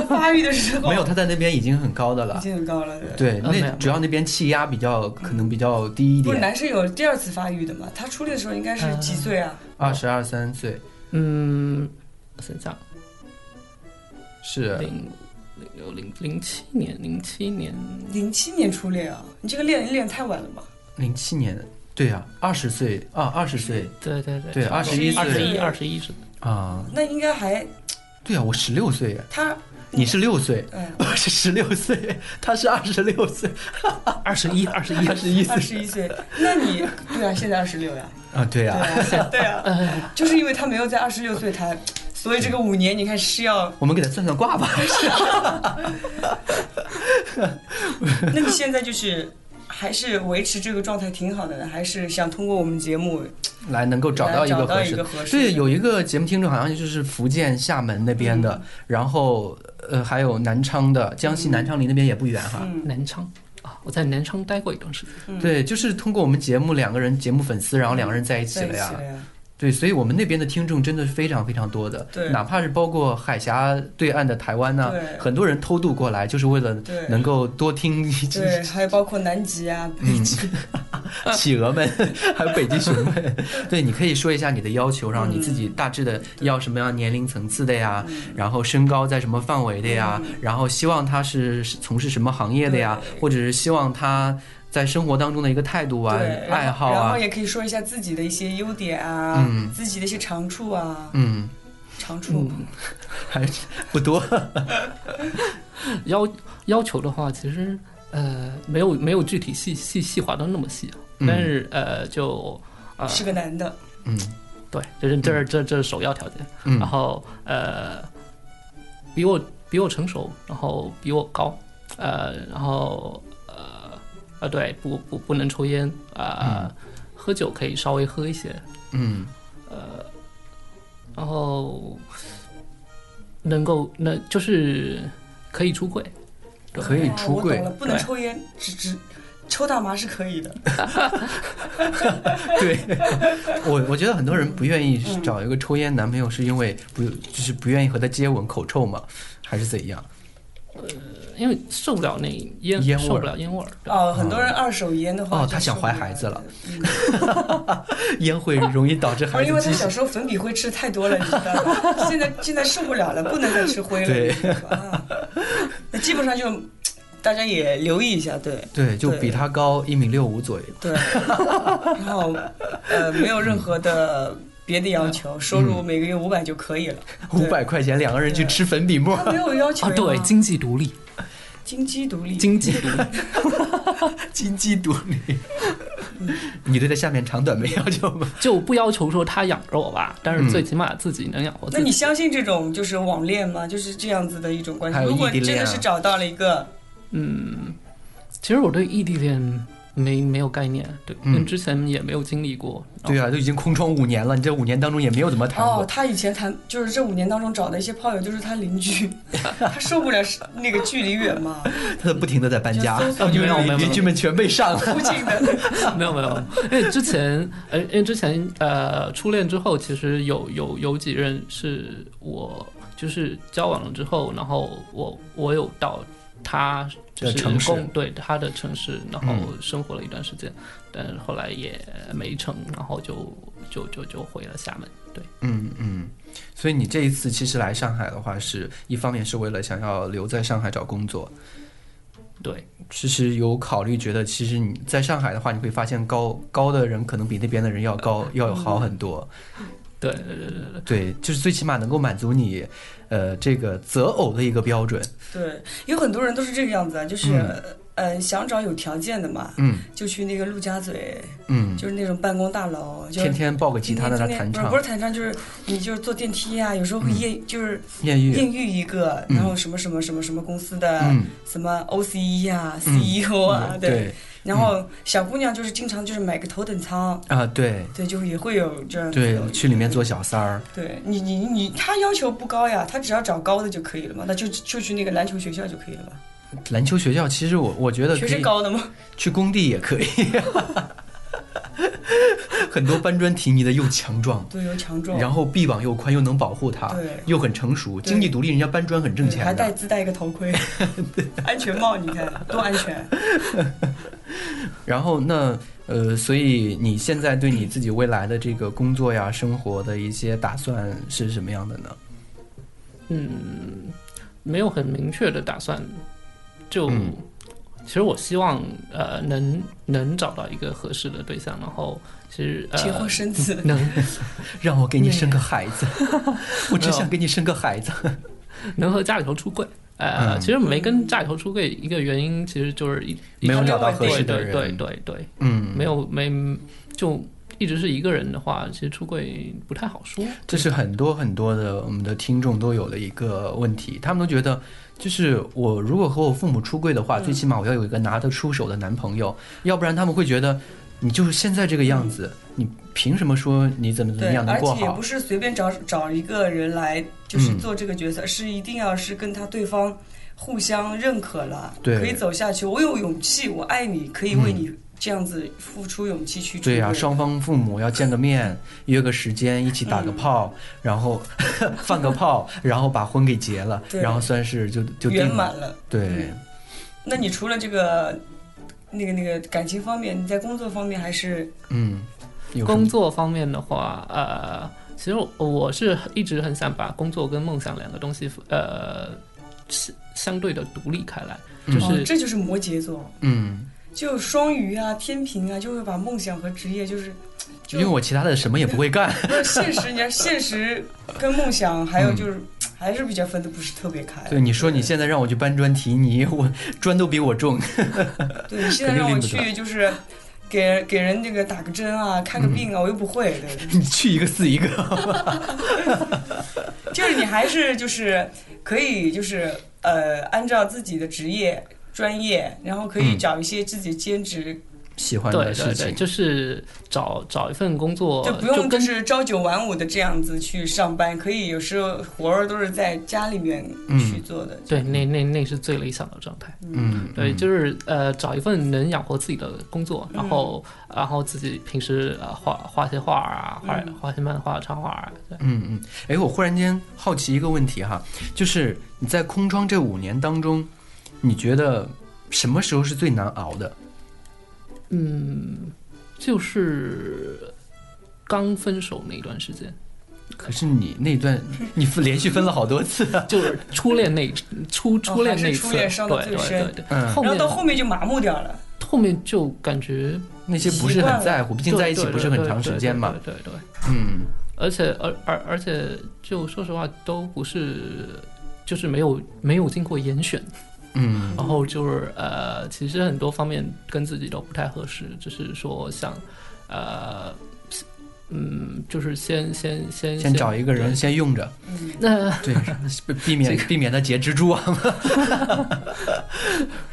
I: 发育的时候
H: 没有，他在那边已经很高的
I: 已
H: 了。
I: 经很高了，对。
H: 对，
J: 呃没有
H: 那主要那边气压比较可能比较低一
I: 不是
H: 点，
I: 男生有第二次发育的嘛？他初恋的时候应该是几岁啊？
H: 二十二三岁
J: 嗯，想想
H: 是
J: 零零六零零七年，零七年
I: 零七年初恋啊？你这个恋恋太晚了吧？
H: 零七年，对啊，二十岁啊，二十岁
J: 对对对，
H: 对21
J: 二十
I: 岁
J: 一二十一是的，
H: 啊，
I: 那应该还
H: 对啊，我十六岁耶。
I: 他
H: 你是六岁
I: 嗯，
H: *laughs* 我是十六岁，他是二十六岁，
J: 二十一二十一
H: 二十一
I: 二十
H: 岁
I: 一岁，那你对啊，现在二十六呀，
H: 啊，对
I: 对
H: 啊，
I: 啊， *laughs* 对啊，就是因为他没有在二十六岁谈，所以这个五年你看
H: *laughs*
I: 是要
H: 我们给他算算卦吧。
I: 那你现在就是还是维持这个状态挺好的呢？还是想通过我们节目
H: 来能够找到一个合适
I: 来找到一个
H: 的
I: 合。适的
H: 对，有一个节目听众好像就是福建厦门那边
I: 嗯
H: 的，然后呃还有南昌的，江西南昌离那边也不远
I: 嗯
H: 哈。
J: 南昌啊，我在南昌待过一段时间，
H: 对，就是通过我们节目两个人节目粉丝，然后两个人在一起
I: 在一
H: 了
I: 起
H: 呀。
I: 了呀？
H: 对，所以我们那边的听众真的是非常非常多的，
I: 对
H: 哪怕是包括海峡对岸的台湾呐，
I: 对
H: 很多人偷渡过来，就是为了
I: 对
H: 能够嗯多听一
I: 对，还有包括南极啊、北极，
H: *laughs* 企鹅
I: *laughs*
H: 们，还有北极熊们，对，你可以说一下你的要求，然后你自
I: 嗯
H: 己大致的要什么样年龄层次的呀，然后身高在什么范围的呀，
I: 嗯
H: 然后希望他是从事什么行业的呀，或者是希望他在生活当中的一个态度啊
I: 对，、
H: 爱
I: 然后
H: 好
I: 然
H: 啊
I: 后，也可以说一下自己的一些优点啊，
H: 嗯
I: 自己的一些长处啊，
H: 嗯，
I: 长处。
J: 嗯 *laughs*
H: 还是不
I: *laughs*
H: 多，
J: 要要求的话，其实呃没有没有具体细细细化到那么细啊，但是呃就呃
I: 是个男的，
H: 嗯
J: 对，这是这是这这是首要条件。
H: 嗯
J: 然后呃，比我比我成熟，然后比我高，呃，然后呃呃，对，不不不能抽烟，呃，喝酒可以稍微喝一些，呃
H: 嗯
J: 然后能够能就是可以出柜，
H: 可以
I: 啊
H: 出
I: 我
H: 柜
I: 懂了，，不能
J: 对
I: 抽烟，只只抽大麻是可以的。 *laughs*
H: 对，我我觉得很多人不愿意
I: 嗯
H: 找一个抽烟男朋友，是因为不就是不愿意和他接吻，口臭嘛，还是怎样？
J: 因为受不了那烟
H: 烟味
J: 受
H: 儿
J: 不了烟味儿，对
I: 哦，很多人二手烟的话，
H: 哦
I: 就
H: 他想
I: 受不
H: 怀孩子了
I: 嗯
H: 烟会容易导致
I: 不
H: 孩
I: 是因为
H: 子
I: 他
H: 畸
I: 小
H: 形。
I: 时候粉笔灰吃太多了，你知道吗？ *laughs* 现在现在受不了了，不能再吃灰了，
H: 对
I: 你知道吧？啊那基本上就大家也留意一下，对
H: 对，就比他高一米六五左右。
I: 对。然后呃，没有任何的别的要求，收入每个月五百就可以了。
H: 五百块钱，两个人去吃粉笔沫
I: *laughs* 他，没有要求
J: 啊，
I: 呀
J: 对，经济独立，
I: 经济独立，
J: 经济独立，
H: 金鸡独立。
I: 嗯
H: 你对他下面长短没要求吗？
J: 就不要求说他养着我吧，但是
H: 嗯
J: 最起码自己能养活自
I: 那
J: 己。
I: 你相信这种就是网恋吗？就是这样子的一种关系
H: 还。有
I: 如果
H: 异地
I: 你真
H: 恋
I: 的
H: 啊
I: 是找到了一个，
J: 其实我对异地恋没没有概念，对，
H: 嗯
J: 嗯，之前也没有经历过，哦
H: 对啊，都已经空窗五年了，你这五年当中也没有怎么谈
I: 哦
H: 过，。
I: 他以前谈就是这五年当中找的一些炮友，就是他邻居，
H: *laughs*
I: 他受不了是那个距离远嘛，
H: 他不停的在搬家
I: 就搜，索
H: 因
J: 没有没
H: 为
J: 有没有
H: 邻居们全被上
I: *laughs*
H: 了。
I: 附近的。
J: *laughs* 没有没有， *laughs* 因为之前，呃，因为之前呃，初恋之后，其实有有有几任是我就是交往了之后，然后我我有到他就是
H: 的城市
J: 共对他的城市，然后
H: 嗯
J: 生活了一段时间，但后来也没成，然后就就就就回了厦门。对，
H: 嗯嗯，所以你这一次其实来上海的话是，一方面是为了想要留在上海找工作，
J: 对，
H: 其实有考虑觉得，其实你在上海的话，你会发现高高的人可能比那边的人要高，要有好很多。
J: 对，对对对对
H: 对，就是最起码能够满足你，呃，这个择偶的一个标准。
I: 对，有很多人都是这个样子啊，就是、呃想找有条件的嘛，
H: 嗯
I: 就去那个陆家嘴，
H: 嗯，
I: 就是那种办公大楼，就是
H: 天天抱个吉他在那
I: 今天
H: 弹
I: 今天
H: 唱嗯
I: 不是不是弹唱，就是你就是坐电梯啊，有时候会艳、就是
H: 艳遇。
I: 艳遇一个，然后什么什么什么什么公司的、
H: 嗯
I: 什么 OCE 啊、
H: 嗯
I: CEO 啊，对，
H: 对嗯
I: 然后小姑娘就是经常就是买个头等舱。
H: 啊，对
I: 对，就也会有这样子
H: 对，去里面做小三儿。
I: 对你你你，他要求不高呀，他只要找高的就可以了嘛，那就就去那个篮球学校就可以了嘛，
H: 篮球学校其实我我觉得
I: 学
H: 可
I: 是
H: 以
I: 高的吗？
H: 去工地也可以。 *laughs* 很多搬砖提泥的又强壮，
I: 对，有强壮，
H: 然后臂膀又宽，又能保护它
I: 对，
H: 又很成熟，
I: 对
H: 经济独立，人家搬砖很挣
I: 对
H: 钱
I: 还戴
H: 的。
I: 自带一个头
H: *laughs*
I: 盔，安全帽，你看多安全。
H: 然后那呃，所以你现在对你自己未来的这个工作呀、生活的一些打算是什么样的呢？
J: 嗯，没有很明确的打算，就、
H: 嗯
J: 其实我希望呃能能找到一个合适的对象，然后其实呃
I: 结婚生子，
H: 嗯
J: 能 *laughs*
H: 让我给你生个孩子， *laughs* 我只想给你生个孩子。
J: 能和家里头出柜。呃，
H: 嗯
J: 其实没跟家里头出柜一个原因，其实就是一一
H: 没有
J: 直
H: 找到
J: 对
H: 合适的人
J: 对对对对，
H: 嗯，
J: 没，有没就一直是一个人的话，其实出柜不太好说。
H: 这是很多很多的我们的听众都有的一个问题，他们都觉得，就是我如果和我父母出柜的话，
I: 嗯
H: 最起码我要有一个拿得出手的男朋友，要不然他们会觉得你就是现在这个样子，你凭什么说你怎么怎么
I: 对，
H: 样能
I: 而
H: 过
I: 且也
H: 好
I: 不？是随便找找一个人来就是
H: 嗯
I: 做这个角色，是一定要是跟他对方互相认可了，
H: 对嗯
I: 可以走下去。我有勇气，我爱你，可以为你这样子付出勇气去
H: 对
I: 呀、
H: 呀、
J: 嗯
H: 双方父母要见个面，约个时间，一起打个炮，
J: 嗯
H: 然后 *laughs* 放个炮，然后把婚给结了，
I: 对
H: 然后算是就就定
I: 圆
H: 了
I: 满。了。
H: 对，
I: 那你除了这个那个那个感情方面，你在工作方面还是
H: 嗯，有什么
J: 工作方面的话，呃，其实我我是一直很想把工作跟梦想两个东西，呃，相相对的独立开来，就
I: 哦，
J: 是
I: 这就是摩羯座，
H: 嗯，
I: 就双鱼啊、天平啊，就会把梦想和职业就是。就
H: 因为我其他的什么也不会
J: *laughs*
H: 干。
I: 不是现实，你看现实跟梦想，还有
H: 嗯
I: 就是、还是比较分的不是特别开。
H: 对，你说你现在让我去搬砖提泥，我砖都比我重。 *laughs*
I: 对你现
H: 肯
I: 在
H: 定
I: 让我
H: 拎不出来
I: 去就是给给人那个打个针啊、看
H: 嗯
I: 个病啊，我又不会。对，
H: 你去一个死一
J: *laughs*
H: 个。
I: 就是你还是就是可以就是呃，按照自己的职业专业，然后可以
H: 嗯
I: 找一些自己的兼职，
H: 喜欢
J: 对
H: 的事
J: 对对，
H: 情，
J: 就是找找一份工作，
I: 就不用就
J: 跟
I: 是朝九晚五的这样子去上班，可以有时候活儿都是在家里面去做的。
J: 对那那那是最理想的状态。
H: 嗯，
J: 对，
H: 嗯
J: 就是呃，找一份能养活自己的工作，
I: 嗯
J: 然后然后自己平时呃画画些画啊，画
I: 嗯
J: 画些漫画、插画啊，对。
H: 嗯嗯。哎，我忽然间好奇一个问题哈，就是你在空窗这五年当中，你觉得什么时候是最难熬的？
J: 嗯，就是刚分手那段时间，
H: 可是你那段，你分连续分了好多
J: *laughs*
H: 次啊。
J: 就是初恋那 *laughs* 初初恋
I: 哦还是
J: 那一
I: 初
J: 次，
I: 恋
J: 对
I: 伤得最
J: 对
I: 深
J: 对对，
H: 嗯
J: 后
I: 然后
J: 面
I: 到后面就麻木掉了。
J: 后面就感觉
H: 那些不是很在乎，毕竟在一起不是很长时间嘛。
J: 对对对对对对对
H: 嗯
J: 而且而而而且就说实话都不是。就是没有没有经过严选，
H: 嗯
J: 然后就是呃，其实很多方面跟自己都不太合适，只是说想，呃，嗯，就是先先先
H: 先找一个人先用
J: *laughs*
H: 着，
J: 那
H: 对，避免避免他结蜘蛛
J: *laughs*
H: 网。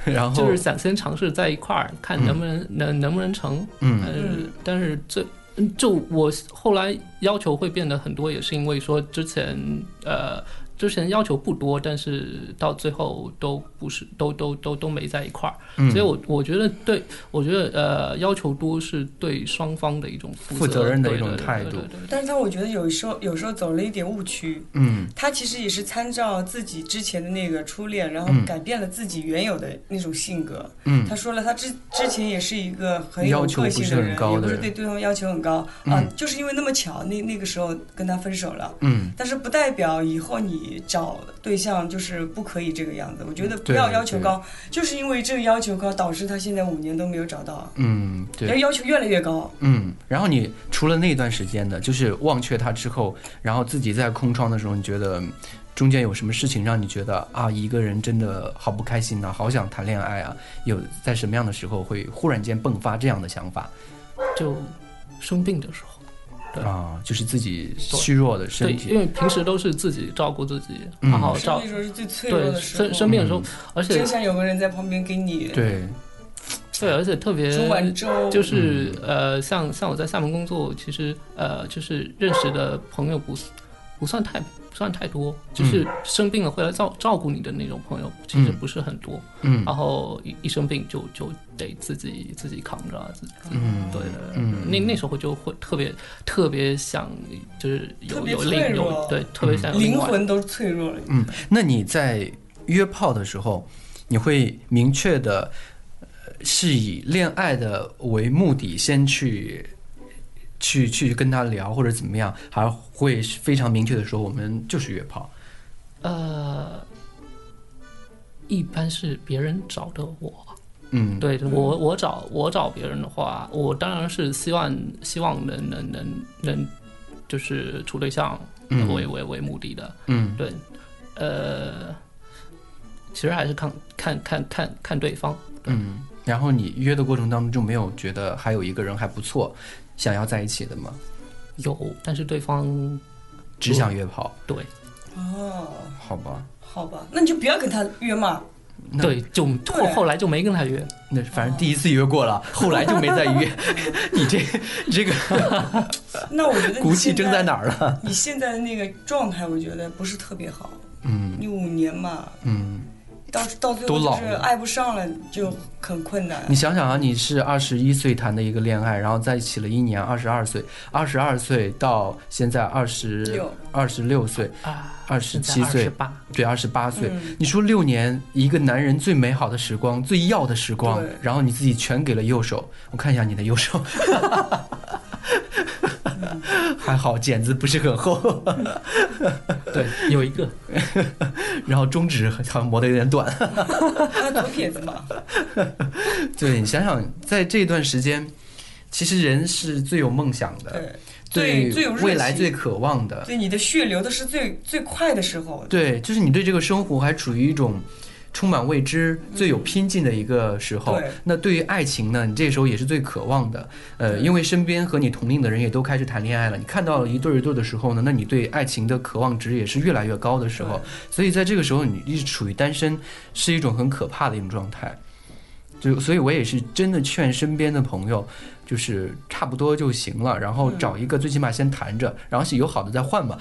H: 然后
J: 就是想先尝试在一块儿看能不能、能能不能成，
H: 嗯
J: 但
I: 嗯
J: 是呃但是这嗯就我后来要求会变得很多，也是因为说之前呃之前要求不多，但是到最后都不是都都都都没在一块儿，
H: 嗯
J: 所以我我觉得对我觉得呃要求多是对双方的一种
H: 负
J: 负
H: 责任的
J: 对
H: 一种
J: 对对
H: 态
J: 对
H: 度
J: 对对
I: 但是他我觉得有时候有时候走了一点误区，
H: 嗯
I: 他其实也是参照自己之前的那个初恋，然后
H: 嗯
I: 改变了自己原有的那种性格。
H: 嗯
I: 他说了，他之之前也是一个很有
H: 要求
I: 个
H: 不
I: 性
H: 是
I: 的
H: 很
I: 人，
H: 高
I: 也
H: 的
I: 不是
H: 人
I: 对对方要求很高、啊，就是因为那么巧，那那个时候跟他分手了。
H: 嗯，
I: 但是不代表以后你找对象就是不可以这个样子。我觉得
H: 嗯
I: 不
H: 对
I: 要要求
H: 对
I: 高，就是因为这个要求高，导致他现在五年都没有找到，
H: 嗯，
I: 要
H: 对，
I: 要求越来越高。
H: 嗯。然后你除了那段时间的，就是忘却他之后，然后自己在空窗的时候，你觉得嗯中间有什么事情让你觉得啊，一个人真的好不开心呐、好想谈恋爱啊？有在什么样的时候会忽然间迸发这样的想法
J: 就生病的时候。对
H: 啊？就是自己虚弱的
J: 对，
H: 身
J: 因
H: 体，
J: 为平时都是自己照顾自己，
H: 嗯
J: 好好
I: 生
J: 照
I: 病时候是最脆弱
J: 对
I: 的时候
J: 生，生病的时候
H: 嗯，
J: 而且
I: 真想有个人在旁边给你
H: 对，
J: 对，而且特别
I: 煮碗粥，
H: 嗯
J: 就是呃，像像我在厦门工作，其实呃，就是认识的朋友不是不算太不算太多，就是生病了会来照照顾你的那种朋友，其实
H: 嗯
J: 不是很多。
H: 嗯
J: 然后一一生病就就得自己自己扛着啊，自己
H: 嗯
J: 对对对
H: 嗯
J: 那那时候就会特别特别想，就是
I: 特
J: 有
I: 别
J: 有
I: 脆
J: 另
I: 弱
J: 有对特别想有另
I: 灵
J: 外
I: 魂都脆弱了。
H: 嗯，那你在约炮的时候，你会明确的是以恋爱的为目的先去去去跟他聊或者怎么样，还会非常明确的说我们就是约炮？
J: 呃，一般是别人找的我。
H: 嗯，，
J: 对我，我找我找别人的话，我当然是希望希望能能能能，就是处对象
H: 嗯
J: 为为为目的的，
H: 嗯
J: 对，呃，其实还是看看看看看对方，
H: 嗯。然后你约的过程当中就没有觉得还有一个人还不错，想要在一起的吗？
J: 有，但是对方
H: 只想约炮？
J: 对
I: 哦，
H: 好吧，
I: 好吧，那你就不要跟他约嘛。
H: 那
J: 对就后
I: 对啊
J: 后来就没跟他约，
H: 那反正第一次约过了，后来就没再约。 *laughs* 你这你这个
I: 那我觉得
H: *laughs*
I: 你
H: 骨气
I: 现
H: 争在哪儿了？
I: 你现在的那个状态，我觉得不是特别好。
H: 嗯
I: 你五年嘛，
H: 嗯，
I: 到到最
H: 都
I: 后就
H: 老
I: 是
H: 了
I: 爱不上了，就很困难
H: 你。想想啊，你是二十一岁谈的一个恋爱，然后在一起了一年，二十二岁，二十二岁到现在二十
I: 六
H: 二十六岁，
J: 啊，
H: 27
J: 二
H: 岁
J: 十八，
H: 对，二十八岁。
I: 嗯
H: 你说六年，一个男人最美好的时光，最要的时光
I: 对，
H: 然后你自己全给了右手。我看一下你的右
I: *laughs*
H: 手，还好剪子不是很厚，
J: 对，有一个，
H: 然后中指好像磨得有点
I: *laughs*
H: 短。
I: 他左撇子嘛，
H: 对你想想，在这段时间，其实人是最有梦想的，
I: 对，最最有热
H: 未来
I: 情
H: 最渴望的。
I: 对，你的血流的是最最快的时候。
H: 对，就是你对这个生活还处于一种充满未知、最有拼劲的一个时候。
I: 嗯对
H: 那对于爱情呢，你这时候也是最渴望的。呃，因为身边和你同龄的人也都开始谈恋爱了，你看到了一对儿一对儿的时候呢，那你对爱情的渴望值也是越来越高的时候
I: 对。
H: 所以在这个时候，你一直处于单身，是一种很可怕的一种状态。就所以，我也是真的劝身边的朋友，就是差不多就行了，然
I: 嗯
H: 后找一个，最起码先谈着，然后有好的再换吧。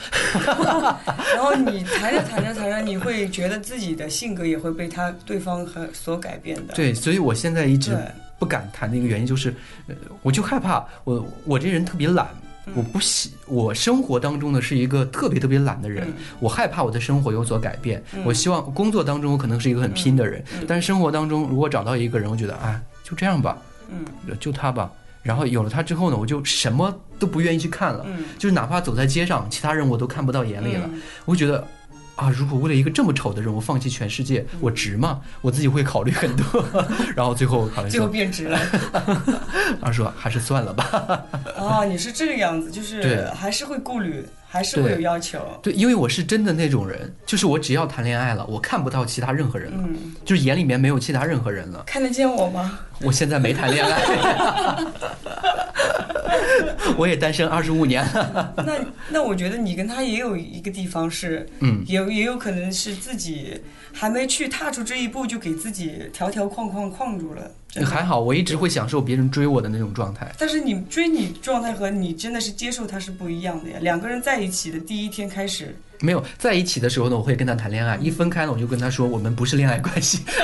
I: 然后你谈着谈着谈着，你会觉得自己的性格也会被他对方和所改变的。
H: 对，所以我现在一直
I: 对
H: 不敢谈的一个原因就是，呃，我就害怕我我这人特别懒，
I: 嗯
H: 我不喜我生活当中呢是一个特别特别懒的
I: 嗯
H: 人，我害怕我的生活有所改变。我希望工作当中我可能是一个很拼的人，但是生活当中如果找到一个人，我觉得啊就这样吧，
I: 嗯
H: 呃，就他吧。然后有了他之后呢，我就什么都不愿意去看了，
I: 嗯
H: 就是哪怕走在街上，其他人我都看不到眼里了。
I: 嗯
H: 我会觉得啊，如果为了一个这么丑的人，我放弃全世界，
I: 嗯
H: 我值吗？我自己会考虑很多， *laughs* 然后最后好像
I: 最后
H: 说，
I: 变直了。
H: 他说还是算了吧。 *laughs*
I: 啊，你是这个样子，就
H: 对
I: 是还是会顾虑，还是会有
H: 对
I: 要求。
H: 对，因为我是真的那种人，就是我只要谈恋爱了，我看不到其他任何人了，
I: 嗯，
H: 就是眼里面没有其他任何人了。
I: 看得见我吗？
H: 我现在没谈恋爱。 *laughs* 我也单身二十五年了。
I: *laughs* 那那我觉得你跟他也有一个地方是，
H: 嗯
I: 也也有可能是自己还没去踏出这一步，就给自己条条框框框住了。真的
H: 还好，我一直会享受别人追我的那种状态。
I: 但是你追你状态和你真的是接受他是不一样的呀。两个人在一起的第一天开始，
H: 没有在一起的时候呢，我会跟他谈恋爱；一分开了，我就跟他说我们不是恋爱关系。 *laughs*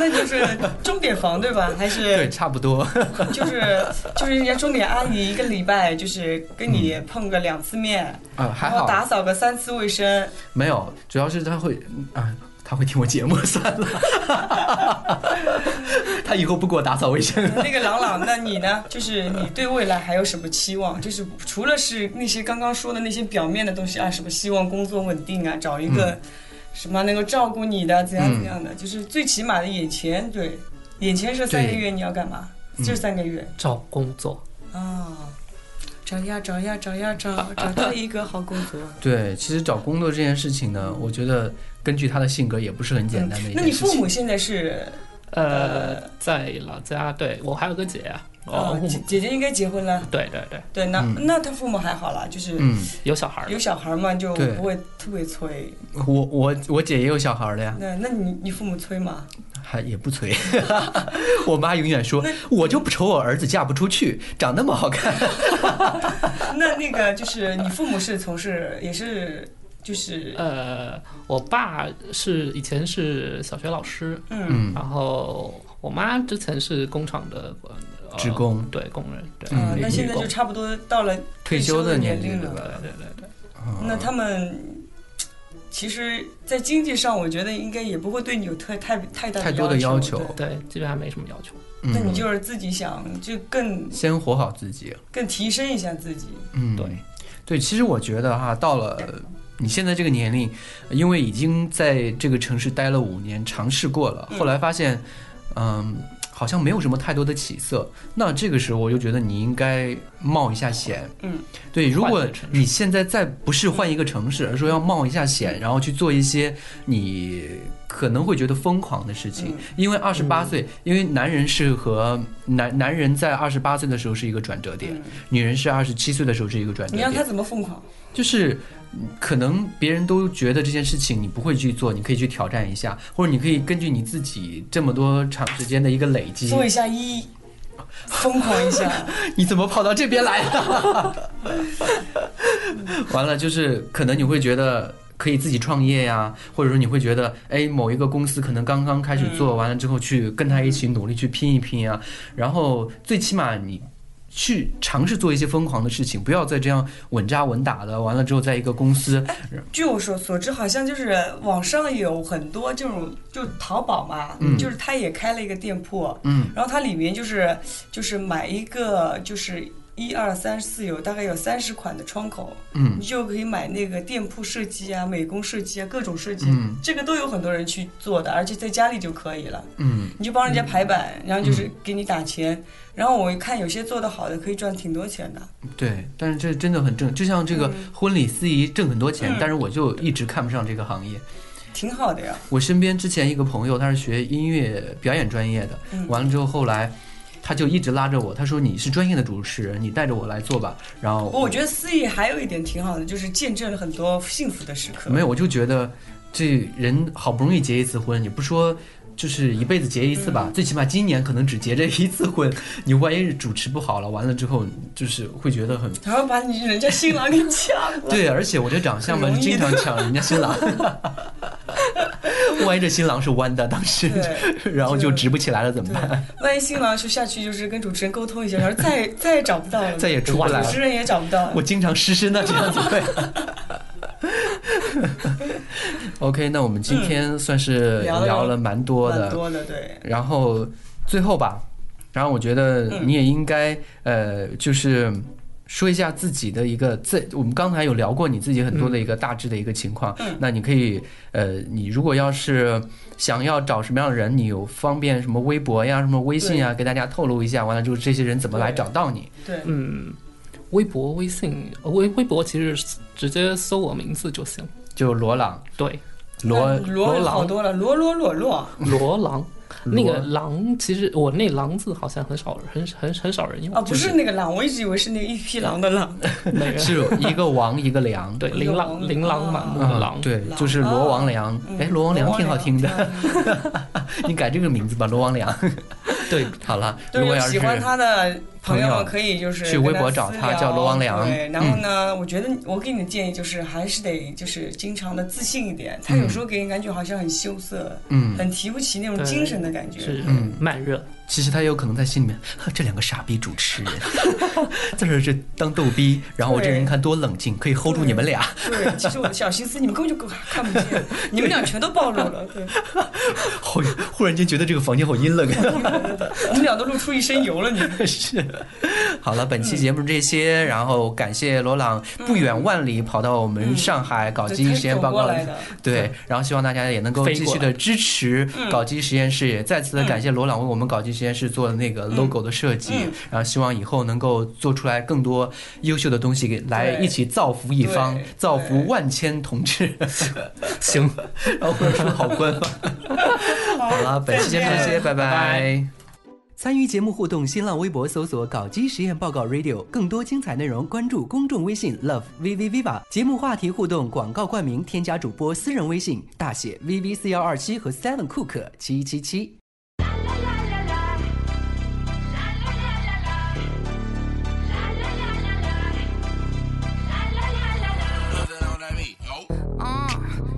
I: 那就是钟点房
H: *laughs*
I: 对吧？还
H: 对，
I: 是
H: 差不多。 *laughs*
I: 就是就是人家钟点阿姨一个礼拜就是跟你碰个两次面，
H: 啊，嗯还
I: 然后打
H: 好
I: 扫个三次卫生，
H: 没有，主要是他会啊，他会听我节目算
I: *laughs*
H: 了。他以后不给我打扫卫生了。
I: *laughs* 那个朗朗，那你呢？就是你对未来还有什么期望？就是除了是那些刚刚说的那些表面的东西啊，什么希望工作稳定啊，找一
H: 嗯
I: 个什么能够照顾你的，怎样怎样的，就是最起码的眼前，对，眼前是三个
H: 对
I: 月你要干嘛？这三个月
J: 找工作，
I: 啊，找呀找呀找呀
H: *laughs*
I: 找，找到一个好工作。
H: 对，其实找工作这件事情呢，我觉得根据他的性格也不是很简单的一
I: 嗯那你
H: 件事
I: 父
H: 情。
I: 母现在是
J: 呃，在老家，对我还有个姐啊，
I: 啊
J: 哦，，
I: 姐姐姐应该结婚了，
J: 对对对，
I: 对，那
H: 嗯
I: 那他父母还好啦，就是
H: 嗯，
J: 有小孩儿
I: 有小孩嘛，就
H: 对
I: 不会特别催。
H: 我我我姐也有小孩儿了呀，
I: 那那你你父母催吗？ *laughs*
H: 还也不催。 *laughs* 我妈永远说，我就不愁我儿子嫁不出去，长那么好看。
I: 那那个就是你父母是从事也是就是
J: 呃，我爸是以前是小学老师，
I: 嗯
J: 然后我妈之前是工厂的、呃
H: 职工
J: 对工人，对，
H: 嗯
I: 啊、那
J: 女
I: 现在
J: 工
I: 就差不多到了
H: 退休
I: 休
H: 的
I: 年
H: 年龄
I: 了。
H: 了
J: 对对对对，
I: 那他们其实，在经济上，我觉得应该也不会对你有特太太大
H: 太多的
I: 要
H: 要求
I: 对
J: 对，基本上没什么要求。
I: 那你
H: 嗯，
I: 就是自己想就更
H: 先活好自己。
I: 更提升一下自己。
H: 嗯，
J: 对，
H: 对，其实我觉得哈，到了呃你现在这个年龄，因为已经在这个城市待了五年，尝试过了，后来发现，嗯。好像没有什么太多的起色，那这个时候我就觉得你应该冒一下险。
I: 嗯，
H: 对，如
J: 换
H: 果
J: 一个城市嗯
H: 你现在再不是换一个城市，而说要冒一下险，然后去做一些你可能会觉得疯狂的事
J: 嗯
H: 情，因为二十八岁，因为男人是和男男人在二十八岁的时候是一个转折点，女人是二十七岁的时候是一个转折
I: 你
H: 点
I: 让他。怎么疯狂？
H: 就是嗯可能别人都觉得这件事情你不会去做，你可以去挑战一下，或者你可以根据你自己这么多长时间的一个累积，
I: 做一下一，疯狂一下。
H: 你怎么跑到这边来了？ *laughs* 完了，就是可能你会觉得。可以自己创业呀，或者说你会觉得，哎，某一个公司可能刚刚开始做，完了之后去跟他一起努力去拼一拼啊，然后最起码你去尝试做一些疯狂的事情，不要再这样稳扎稳打的，完了之后在一个公 *laughs* 司，
I: 据我所所知，好像就是网上有很多这种，就淘宝嘛，就是他也开了一个店铺，
H: 嗯，
I: 然后它里面就是就是买一个就是一二三四有大概有三十款的窗口，
H: 嗯
I: 你就可以买那个店铺设计啊、美工设计啊、各种设计，
H: 嗯
I: 这个都有很多人去做的，而且在家里就可以了，
H: 嗯，
I: 你就帮人家排版，然后就是给你打钱，然后我一看有些做的好的可以赚挺多钱的，
H: 对，但是这真的很挣，就像这个婚礼司仪挣很多钱，但是我就一直看不上这个行业。
I: 挺好的呀，
H: 我身边之前一个朋友，他是学音乐表演专业的，
I: 嗯
H: 完了之后后来。他就一直拉着我，他说你是专业的主持人，你带着我来做吧。然后
I: 不过我觉得思怡还有一点挺好的，就是见证了很多幸福的时刻。
H: 没有，我就觉得这人好不容易结一次婚，你不说就是一辈子结一次
I: 嗯
H: 吧，最起码今年可能只结这一次婚。你万一主持不好了，完了之后就是会觉得很
I: 然后把你人家新郎给抢了。
H: 对，而且我这长相嘛，是
I: 很容易
H: 经常
I: 的
H: 抢人家
I: *laughs*
H: 新郎。万一这新郎是弯的，当时
I: 对
H: *laughs* 然后就
I: 就
H: 直不起来了怎么
I: 对
H: 办？，
I: 万一新郎就下去就是跟主持人沟通一下，然后
H: *laughs*
I: 再再也找不到了，
H: 再也出不来了
I: 主持人也找不
H: *laughs*
I: 到了
H: 我。经常失身的这样子会。OK，那我们今天算是
I: 聊了
H: 聊了蛮多
I: 蛮
H: 的，
I: 多的，对，
H: 然后最后吧，然后我觉得你也应该、呃，就是说一下自己的一个自，我们刚才有聊过你自己很多的一个大致的一个情况。那你可以呃，你如果要是想要找什么样的人，你有方便什么微博呀、什么微信啊呀，给大家透露一下。完了之后，这些人怎么来找到你？
I: 对，
J: 嗯，微博、微信、呃微微博其实直接搜我名字就行。
H: 就罗朗、
J: 对，
H: 罗
I: 嗯罗
H: 朗 *laughs*
I: 好多了，罗罗罗罗，
J: 罗郎那个狼，其实我那狼字好像很少很很很少人用
I: 啊，不是那个狼，我一直以为是那个一匹狼的狼。
J: 那个
H: 是一个王一个良，
J: 对
I: 一个
J: 琳
I: 王
J: 琅琳琅满目的
H: 啊
J: 狼，
H: 对，就是
I: 狼
H: 罗王良。
I: 嗯
H: 哎，罗王良挺好听的， *laughs* 你改这个名字吧，罗王良。对，好了，
I: *laughs* 对，
H: 如果
I: 有
H: 要
I: 喜
H: 是
I: 欢他的朋
H: 朋友
I: 友可以就是
H: 去微博
I: 跟
H: 找
I: 私
H: 他
I: 聊
H: 叫罗王良嗯
I: 对，然后呢，我觉得我给你的建议就是还是得就是经常的自信一点。他有时候给人感觉好像很羞涩，
H: 嗯
I: 很提不起那种
J: 对
I: 精神的感觉。
J: 是
H: 嗯
J: 慢热，
H: 其实他有可能在心里面， *laughs* 呵这两个傻逼主持人， *laughs* 在这儿这当逗逼，然后我这人看多冷静，可以 hold 住你们俩。
I: 对，其实我的小心思你们根本就看不
H: *laughs*
I: 见，你们俩全都暴露了。对，
H: 忽忽然间觉得这个房间好阴冷。啊
I: 我们俩都露出一身油了，你。
H: *laughs* 是，好了，本期节目这
I: 嗯
H: 些，然后感谢罗朗不远万里跑到我们上海搞基因实验报告
I: 对他是走过来的，
H: *laughs* 对，然后希望大家也能够
J: 飞
H: 继
J: 过
H: 续的支持搞基因实验室，也再次的感谢罗朗为我们搞基因实验室做的那个 logo 的设计
I: 嗯，
H: 然后希望以后能够做出来更多优秀的东西，给来一起造福一方
I: 对，
H: 造福万千同志。行，然后忽然说得好官方。好了，本期节目这些，拜拜。参与节目互动，新浪微博搜索“搞基实验报告 Radio”，更多精彩内容关注公众微信 “love v v v” 吧。节目话题互动、广告冠名，添加主播私人微信大写 “v v 四幺二七”和 “seven cook 七七七”。
K: Uh,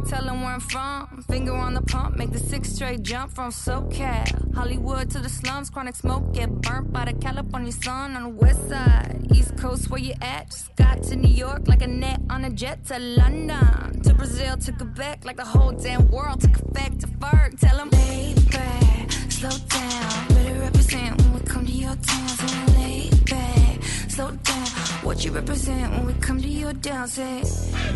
K: tell 'em where I'm from. Finger on the pump, make the six straight jump from SoCal. Hollywood to the slums, chronic smoke, get burnt by the California sun on the west side. East coast, where you at? Just got to New York like a net on a jet to London. To Brazil, to Quebec, like the whole damn world took effect to Ferg. Tell 'em, lay back, slow down. Better represent when we come to your town. So lay back, slow down. What you represent when we come to your town, say.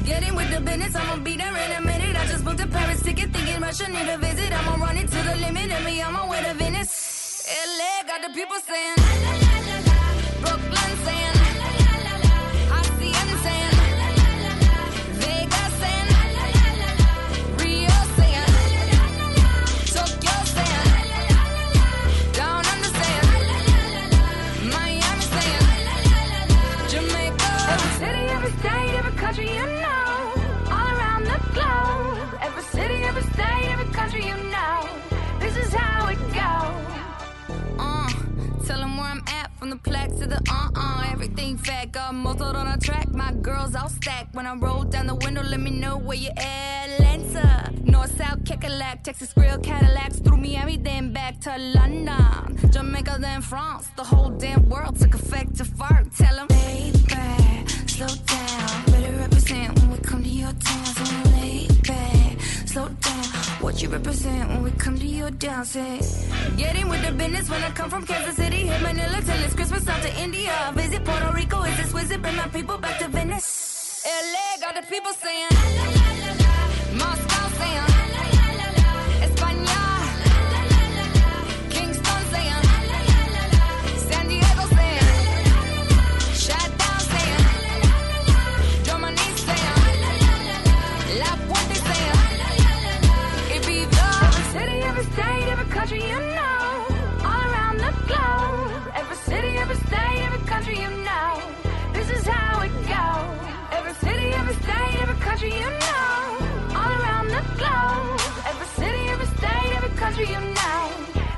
K: Get in with the business, I'ma be there in a minute. I just booked a Paris ticket, thinking Russia need a visit. I'ma run it to the limit, and me, I'ma win a Venice. LA got the people saying, la, la, la, la, la. Brooklyn saying, la, la, la, la, la. Hacienda saying, la, la, la, la, la. Vegas saying, la, la, la, la, la. Rio saying, la, la, la, la, la. Tokyo saying, la, la, la, la, la. Down under saying, la, la, la, la, la. Miami saying, la, la, la, la, la. Jamaica. Every city, every state, every country, you know. All around the globe. Every city, every state, every country, you know. This is how it goes. Uh, tell 'em where I'm at, from the plaque to the uh uh. Everything fat, got muzzled on a track. My girls all stacked. When I roll down the window, let me know where you at. Atlanta, North South, Kekalak, Texas Grill, Cadillacs. Through Miami, then back to London. Jamaica, then France. The whole damn world took effect to fart. Tell 'em, baby, slow down. Better represent when we come to your town. So lay back, slow down. What you represent when we come to your town, say. Get in with the business when I come from Kansas City. Hit Manila till it's Christmas out to India. Visit Puerto Rico, it's exquisite. Bring my people back to Venice. LA got the people saying. "La, la, la, la, la." Moscow saying. "La, la, la, la, la." Español. "La, la, la, la, la." Kingston saying. "La, la, la, la, la." San Diego saying. "La, la, la, la, la." Chatao saying. "La, la, la, la, la." Dominique saying. "La, la, la, la, la." La Puente saying. "La, la, la, la, la." Ibiza. Every city, every state, every country you know. All around the globe. Every city, every state, every country you know. This is how it goes. Every city, every state, every country you know. All around the globe. Every city, every state, every country you know.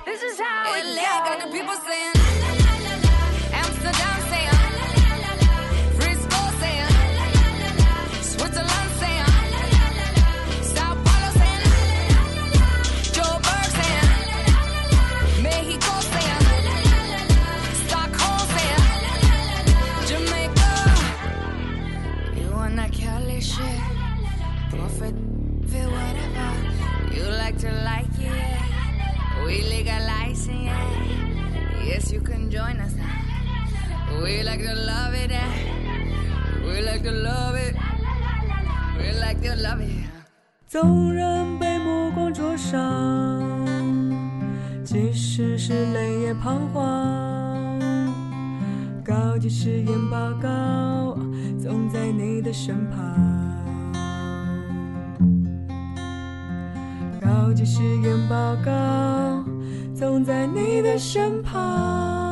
K: This is how it goes. got the people saying. "La, la, la, la, la." Amsterdam saying. "La, la, la, la, la." Frisco saying. "La, la, la, la, la." Switzerland saying. "La, la, la, la, la." Sao Paulo saying. "La, la, la, la, la." Joburg saying. "La, la, la, la, la." Mexico saying. "La, la, la, la, la." Stockholm saying. "La, la, la, la, la." Jamaica. You on that Cali shit? Profit, feel whatever. You like to like it, yeah. We legalizing, yeah. Yes, you can join us now. We like to love it, yeah. We like to love it. We like to love it, yeah.
E: 纵然被目光灼伤，即使是泪眼彷徨，高级实验报告总在你的身旁。高级实验报告
I: 总在你的身旁。